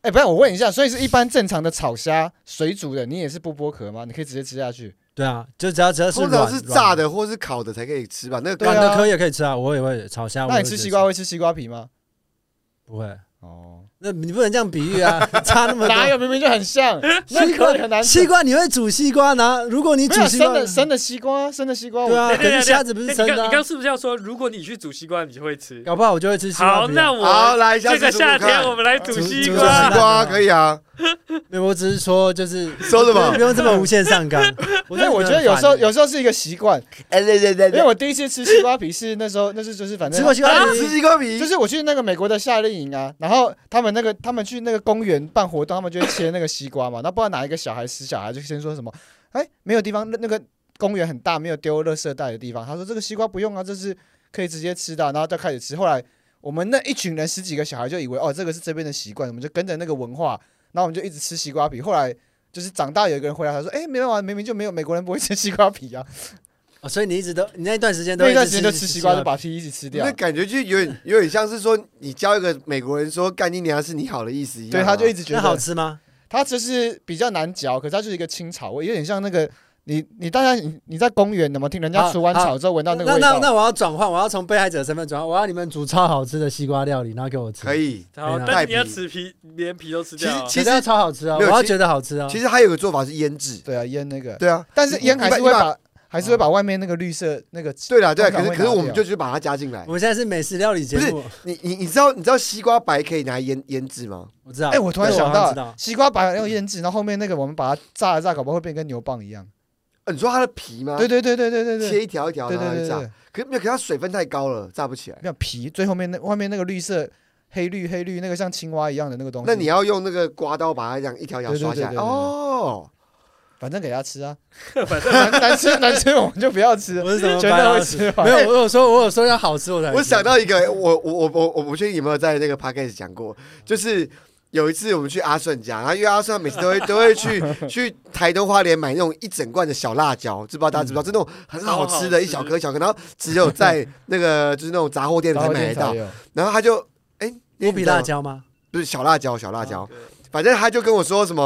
Speaker 3: 哎，不然我问一下，所以是一般正常的炒虾、水煮的，你也是不剥壳吗？你可以直接吃下去。
Speaker 1: 对啊，就只要只要是
Speaker 4: 通常
Speaker 1: 软
Speaker 4: 是炸，
Speaker 1: 软
Speaker 4: 的或是烤的才可以吃吧？那个
Speaker 3: 对啊
Speaker 1: 软的壳也可以吃啊，我也会炒虾。我
Speaker 3: 那
Speaker 1: 也
Speaker 3: 你
Speaker 1: 会
Speaker 3: 吃西
Speaker 1: 吃
Speaker 3: 瓜会吃西瓜皮吗？
Speaker 1: 不会？
Speaker 3: 哦，
Speaker 1: 那你不能这样比喻 啊，差那么
Speaker 3: 哪
Speaker 1: 多。
Speaker 3: 有明明就 很像，那
Speaker 1: 西
Speaker 3: 壳
Speaker 1: 瓜
Speaker 3: 也很难吃
Speaker 1: 西。瓜你会煮西瓜，然后如果你
Speaker 3: 没
Speaker 1: 煮
Speaker 3: 有
Speaker 1: 西
Speaker 3: 生
Speaker 1: 瓜，
Speaker 3: 的生的西瓜，生的西瓜，
Speaker 1: 对
Speaker 3: 我
Speaker 1: 啊，可
Speaker 2: 对
Speaker 1: 是
Speaker 2: 啊
Speaker 1: 虾子不是
Speaker 2: 那
Speaker 1: 生
Speaker 2: 你
Speaker 1: 的
Speaker 2: 刚
Speaker 1: 啊
Speaker 2: 你，刚是不是要说，如果你去煮西瓜，你就会 吃？
Speaker 1: 搞不好我就会吃西瓜
Speaker 2: 好，
Speaker 1: 皮啊。
Speaker 2: 那我
Speaker 4: 好来，下
Speaker 2: 这
Speaker 4: 次
Speaker 2: 个
Speaker 4: 煮煮
Speaker 2: 夏天
Speaker 4: 看
Speaker 2: 我们来
Speaker 1: 煮
Speaker 2: 煮西
Speaker 1: 煮西
Speaker 4: 煮
Speaker 2: 瓜。
Speaker 4: 西瓜可以啊，
Speaker 1: 没有，我只是说就是
Speaker 4: 说什么
Speaker 1: 不？用这么无限上 纲。我
Speaker 3: 因为我觉得有时候
Speaker 1: 欸
Speaker 3: 有时候是一个习惯，
Speaker 4: 哎，对对对
Speaker 3: 因为我第一次吃西瓜皮是那时候，啊那是就是反
Speaker 1: 吃
Speaker 3: 正
Speaker 1: 过。西瓜
Speaker 4: 吃
Speaker 1: 皮，
Speaker 4: 西瓜皮
Speaker 3: 就，是我去那个美国的夏令营啊，然后他们那个他们去那个公园办活动，他们就会切那个西瓜嘛。那不知道哪一个小孩死小孩就先说什么，哎，没有地方，那那个公园很大，没有丢垃圾袋的地方。他说这个西瓜不用啊，这是可以直接吃的啊、然后再开始吃。后来我们那一群人十几个小孩就以为哦，这个是这边的习惯，我们就跟着那个文化，然后我们就一直吃西瓜皮。后来。就是长大有一个人回来，他说：“哎、没有啊，明明就没有美国人不会吃西瓜皮啊。
Speaker 1: 哦所以你一直都你那一段时间都
Speaker 3: 那一段
Speaker 1: 一
Speaker 3: 时
Speaker 1: 直
Speaker 3: 间就吃西瓜，就把皮一起吃掉
Speaker 4: 那。感觉就有点有点像是说你教一个美国人说干你娘是你好的意思一样
Speaker 3: 对，
Speaker 4: 啊。
Speaker 3: 他就一直觉
Speaker 1: 那
Speaker 3: 得
Speaker 1: 好吃吗？
Speaker 3: 它就是比较难嚼，可是它就是一个青草味，有点像那个你你大家你你在公园有没有听人
Speaker 4: 啊
Speaker 3: 家
Speaker 1: 好
Speaker 3: 除完
Speaker 1: 好
Speaker 3: 草之后闻到那个
Speaker 1: 那
Speaker 3: 味
Speaker 1: 那
Speaker 3: 道？
Speaker 1: 那我要转换，我要从被害者的身份转换，我要你们煮超好吃的西瓜料理，然后给我吃。
Speaker 4: 可，以。
Speaker 2: 好，
Speaker 1: 对啊
Speaker 2: 但是你要
Speaker 4: 带皮
Speaker 2: 吃皮，连皮都吃
Speaker 4: 其实
Speaker 2: 掉啊。
Speaker 4: 其
Speaker 1: 其实要超好吃啊，我
Speaker 4: 没有
Speaker 1: 要
Speaker 4: 其实
Speaker 1: 觉得好吃啊。
Speaker 4: 其实还有个做法是腌制，
Speaker 3: 对啊，腌那个，
Speaker 4: 对啊。
Speaker 3: 但是
Speaker 4: 你
Speaker 3: 腌
Speaker 4: 你
Speaker 3: 还
Speaker 4: 把
Speaker 3: 是
Speaker 4: 你
Speaker 3: 会
Speaker 4: 把
Speaker 3: 把还是会把外面那个绿色那个
Speaker 4: 对啊啦，对啦，
Speaker 3: 通常
Speaker 4: 可是
Speaker 3: 会
Speaker 4: 可是
Speaker 3: 拿
Speaker 4: 我
Speaker 3: 掉
Speaker 4: 们就去把它加进来
Speaker 1: 我。们现在是美食料理节目，
Speaker 4: 你你你知道你知道西瓜白可以拿来腌腌制吗？
Speaker 1: 我知道。
Speaker 3: 哎，我突然
Speaker 1: 对
Speaker 4: 啊
Speaker 3: 想
Speaker 1: 好像
Speaker 3: 到
Speaker 1: 知道
Speaker 3: 了，西瓜白要腌制，然后后面那个我们把它炸一炸，搞不好会变跟牛蒡一样。
Speaker 4: 呃你说它的皮吗？
Speaker 3: 对对对对对对对
Speaker 4: 切一条一条
Speaker 3: 对对
Speaker 4: 拿来
Speaker 3: 对
Speaker 4: 炸
Speaker 3: 对，，
Speaker 4: 可没有，可它水分太高了，炸不起来。
Speaker 3: 像皮最后面那外面那个绿色黑绿黑绿那个像青蛙一样的那个东西，
Speaker 4: 那你要用那个刮刀把它这样一条一条
Speaker 3: 对对
Speaker 4: 刷下
Speaker 3: 对
Speaker 4: 来。
Speaker 3: 对对对
Speaker 4: 哦，
Speaker 3: 反正给它吃啊，
Speaker 2: 反正
Speaker 3: 难 难吃难吃我们就不要吃了，
Speaker 1: 我是怎么
Speaker 3: 全
Speaker 1: 办
Speaker 3: 都
Speaker 1: 到
Speaker 3: 会
Speaker 1: 的
Speaker 3: 吃完
Speaker 1: 没。有，我有说，我有说要好吃，我才吃
Speaker 4: 我想到一个，我我我我我不确定有没有在那个 podcast 讲过，就是有一次我们去阿顺家，然后因为阿顺每次都会 都会去去台东花莲买那种一整罐的小辣椒，知不知道大家知不知道？就那种很好吃
Speaker 2: 超好
Speaker 4: 的
Speaker 2: 吃
Speaker 4: 一小颗一小颗，然后只有在那个就是那种杂货店才买得到。
Speaker 3: 有。
Speaker 4: 然后他就哎，你
Speaker 1: 波
Speaker 4: 知
Speaker 1: 比
Speaker 4: 道
Speaker 1: 辣
Speaker 4: 吗
Speaker 1: 椒吗？
Speaker 4: 不是小辣椒，小辣椒。反正他就跟我说什么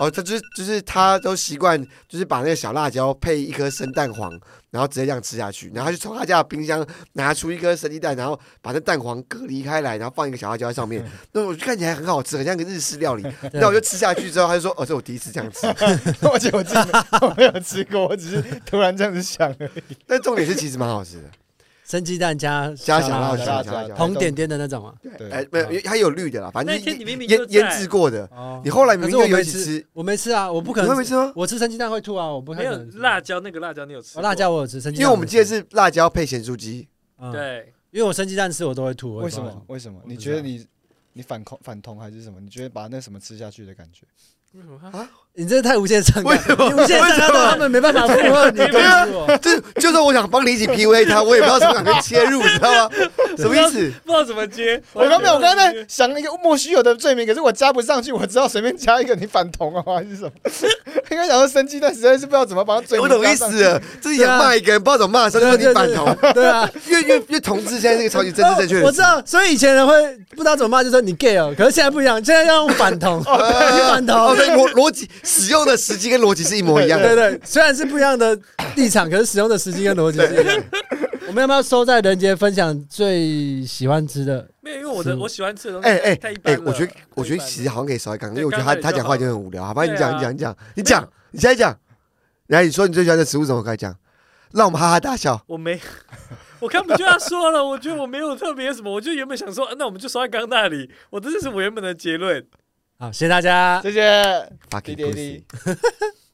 Speaker 4: 哦，他就是就是他都习惯就是把那个小辣椒配一颗生蛋黄，然后直接这样吃下去。然后他就从他家的冰箱拿出一颗生鸡蛋，然后把那蛋黄隔离开来，然后放一个小辣椒在上面。那我就看起来很好吃，很像个日式料理。
Speaker 1: 对
Speaker 4: 那我就吃下去之后，他就说：“哦，这我第一次这样吃。
Speaker 3: 而且我自己没我没有吃过，我只是突然这样子想而已。”
Speaker 4: 但重点是其实蛮好吃的，
Speaker 1: 生鸡蛋加
Speaker 4: 加小
Speaker 1: 小
Speaker 4: 辣
Speaker 1: 辣椒
Speaker 4: 椒，加小辣椒。
Speaker 1: 红点点的那种啊。
Speaker 3: 对
Speaker 4: 哎，没有，因为它有绿的啦，反正
Speaker 2: 那天你明明
Speaker 4: 腌
Speaker 2: 就在
Speaker 4: 腌制过的。
Speaker 1: 哦
Speaker 4: 你，后来明
Speaker 1: 可
Speaker 4: 明
Speaker 1: 是我
Speaker 4: 就有
Speaker 1: 没
Speaker 4: 一起吃，
Speaker 1: 吃，我没吃啊，我不可
Speaker 4: 你会
Speaker 1: 能
Speaker 4: 没。吃吗？
Speaker 1: 我吃生鸡蛋会吐啊，我不太
Speaker 2: 没有
Speaker 1: 可能吃
Speaker 2: 辣椒那个辣椒你有吃过？
Speaker 1: 哦辣椒我有吃生鸡
Speaker 4: 因
Speaker 1: 蛋，
Speaker 4: 为我们记得是辣椒配咸酥鸡。
Speaker 1: 嗯，
Speaker 2: 对，
Speaker 1: 因为我生鸡蛋吃我都会吐，我也
Speaker 3: 为
Speaker 1: 不知
Speaker 3: 什
Speaker 1: 道
Speaker 3: 么？为什么？
Speaker 1: 不
Speaker 3: 你
Speaker 1: 知
Speaker 3: 觉得
Speaker 1: 道
Speaker 3: 你你反控反同还是什么？你觉得把那什么吃下去的感觉？
Speaker 2: 为什么他
Speaker 1: 你这太无限上纲
Speaker 4: 为什么
Speaker 1: 你无限上纲
Speaker 4: 为什么
Speaker 1: 到他们没办法附和你，
Speaker 4: 对啊
Speaker 1: 告诉我。
Speaker 4: 这就算我想帮你一起 PUA 他，我也不知道从哪边切入，你知道吗？什么意思？
Speaker 2: 不知道怎么 接？
Speaker 3: 我刚没有，我
Speaker 2: 完全不
Speaker 3: 刚
Speaker 2: 知道怎么
Speaker 3: 才
Speaker 2: 接
Speaker 3: 在想一个莫须有的罪名，可是我加不上去，我知道随便加一个你反同啊还是什么？ 应该想说生鸡蛋实在是不知道怎么把它罪
Speaker 4: 我
Speaker 3: 名
Speaker 4: 懂
Speaker 3: 加
Speaker 4: 意
Speaker 3: 上
Speaker 4: 思了，自己想骂一个人，不知道怎么骂的时候，就说你反同，
Speaker 1: 对对啊，
Speaker 4: 因为因为因为同志现在是一个超级政治正确的词，
Speaker 1: 我知道，所以以前人会不知道怎么骂，就说你 gay 哦，可是现在不一样，现在要用反同，你
Speaker 4: 呃。
Speaker 1: 反
Speaker 4: 哦，
Speaker 1: 同。
Speaker 4: 对，逻逻辑使用的时机跟逻辑是一模一样
Speaker 1: 对
Speaker 4: 的。
Speaker 1: 对，虽然是不一样的立场，可是使用的时机跟逻辑是一样的。我们要不要收在人杰分享最喜欢吃的？
Speaker 2: 没有，因为我的我喜欢吃的东西
Speaker 4: 哎哎
Speaker 2: 太一
Speaker 4: 哎
Speaker 2: 般，了。
Speaker 4: 我觉得
Speaker 2: 太一般了
Speaker 4: 我觉得其实好像可以稍微刚，因为
Speaker 2: 对
Speaker 4: 我觉得他
Speaker 2: 刚才就
Speaker 4: 他讲话
Speaker 2: 好
Speaker 4: 就很无聊，好吧？你
Speaker 2: 对啊
Speaker 4: 讲你讲你讲，你讲，你现在讲，来你说你最喜欢的食物怎么开始讲，让我们哈哈大笑。
Speaker 2: 我没，我刚不就要说了，我觉得我没有特别什么，我就原本想说，啊那我们就说在刚那里，我这就是我原本的结论。
Speaker 1: 好，谢谢大家。
Speaker 3: 谢谢滴滴
Speaker 4: Fucking
Speaker 3: 滴
Speaker 4: pussy。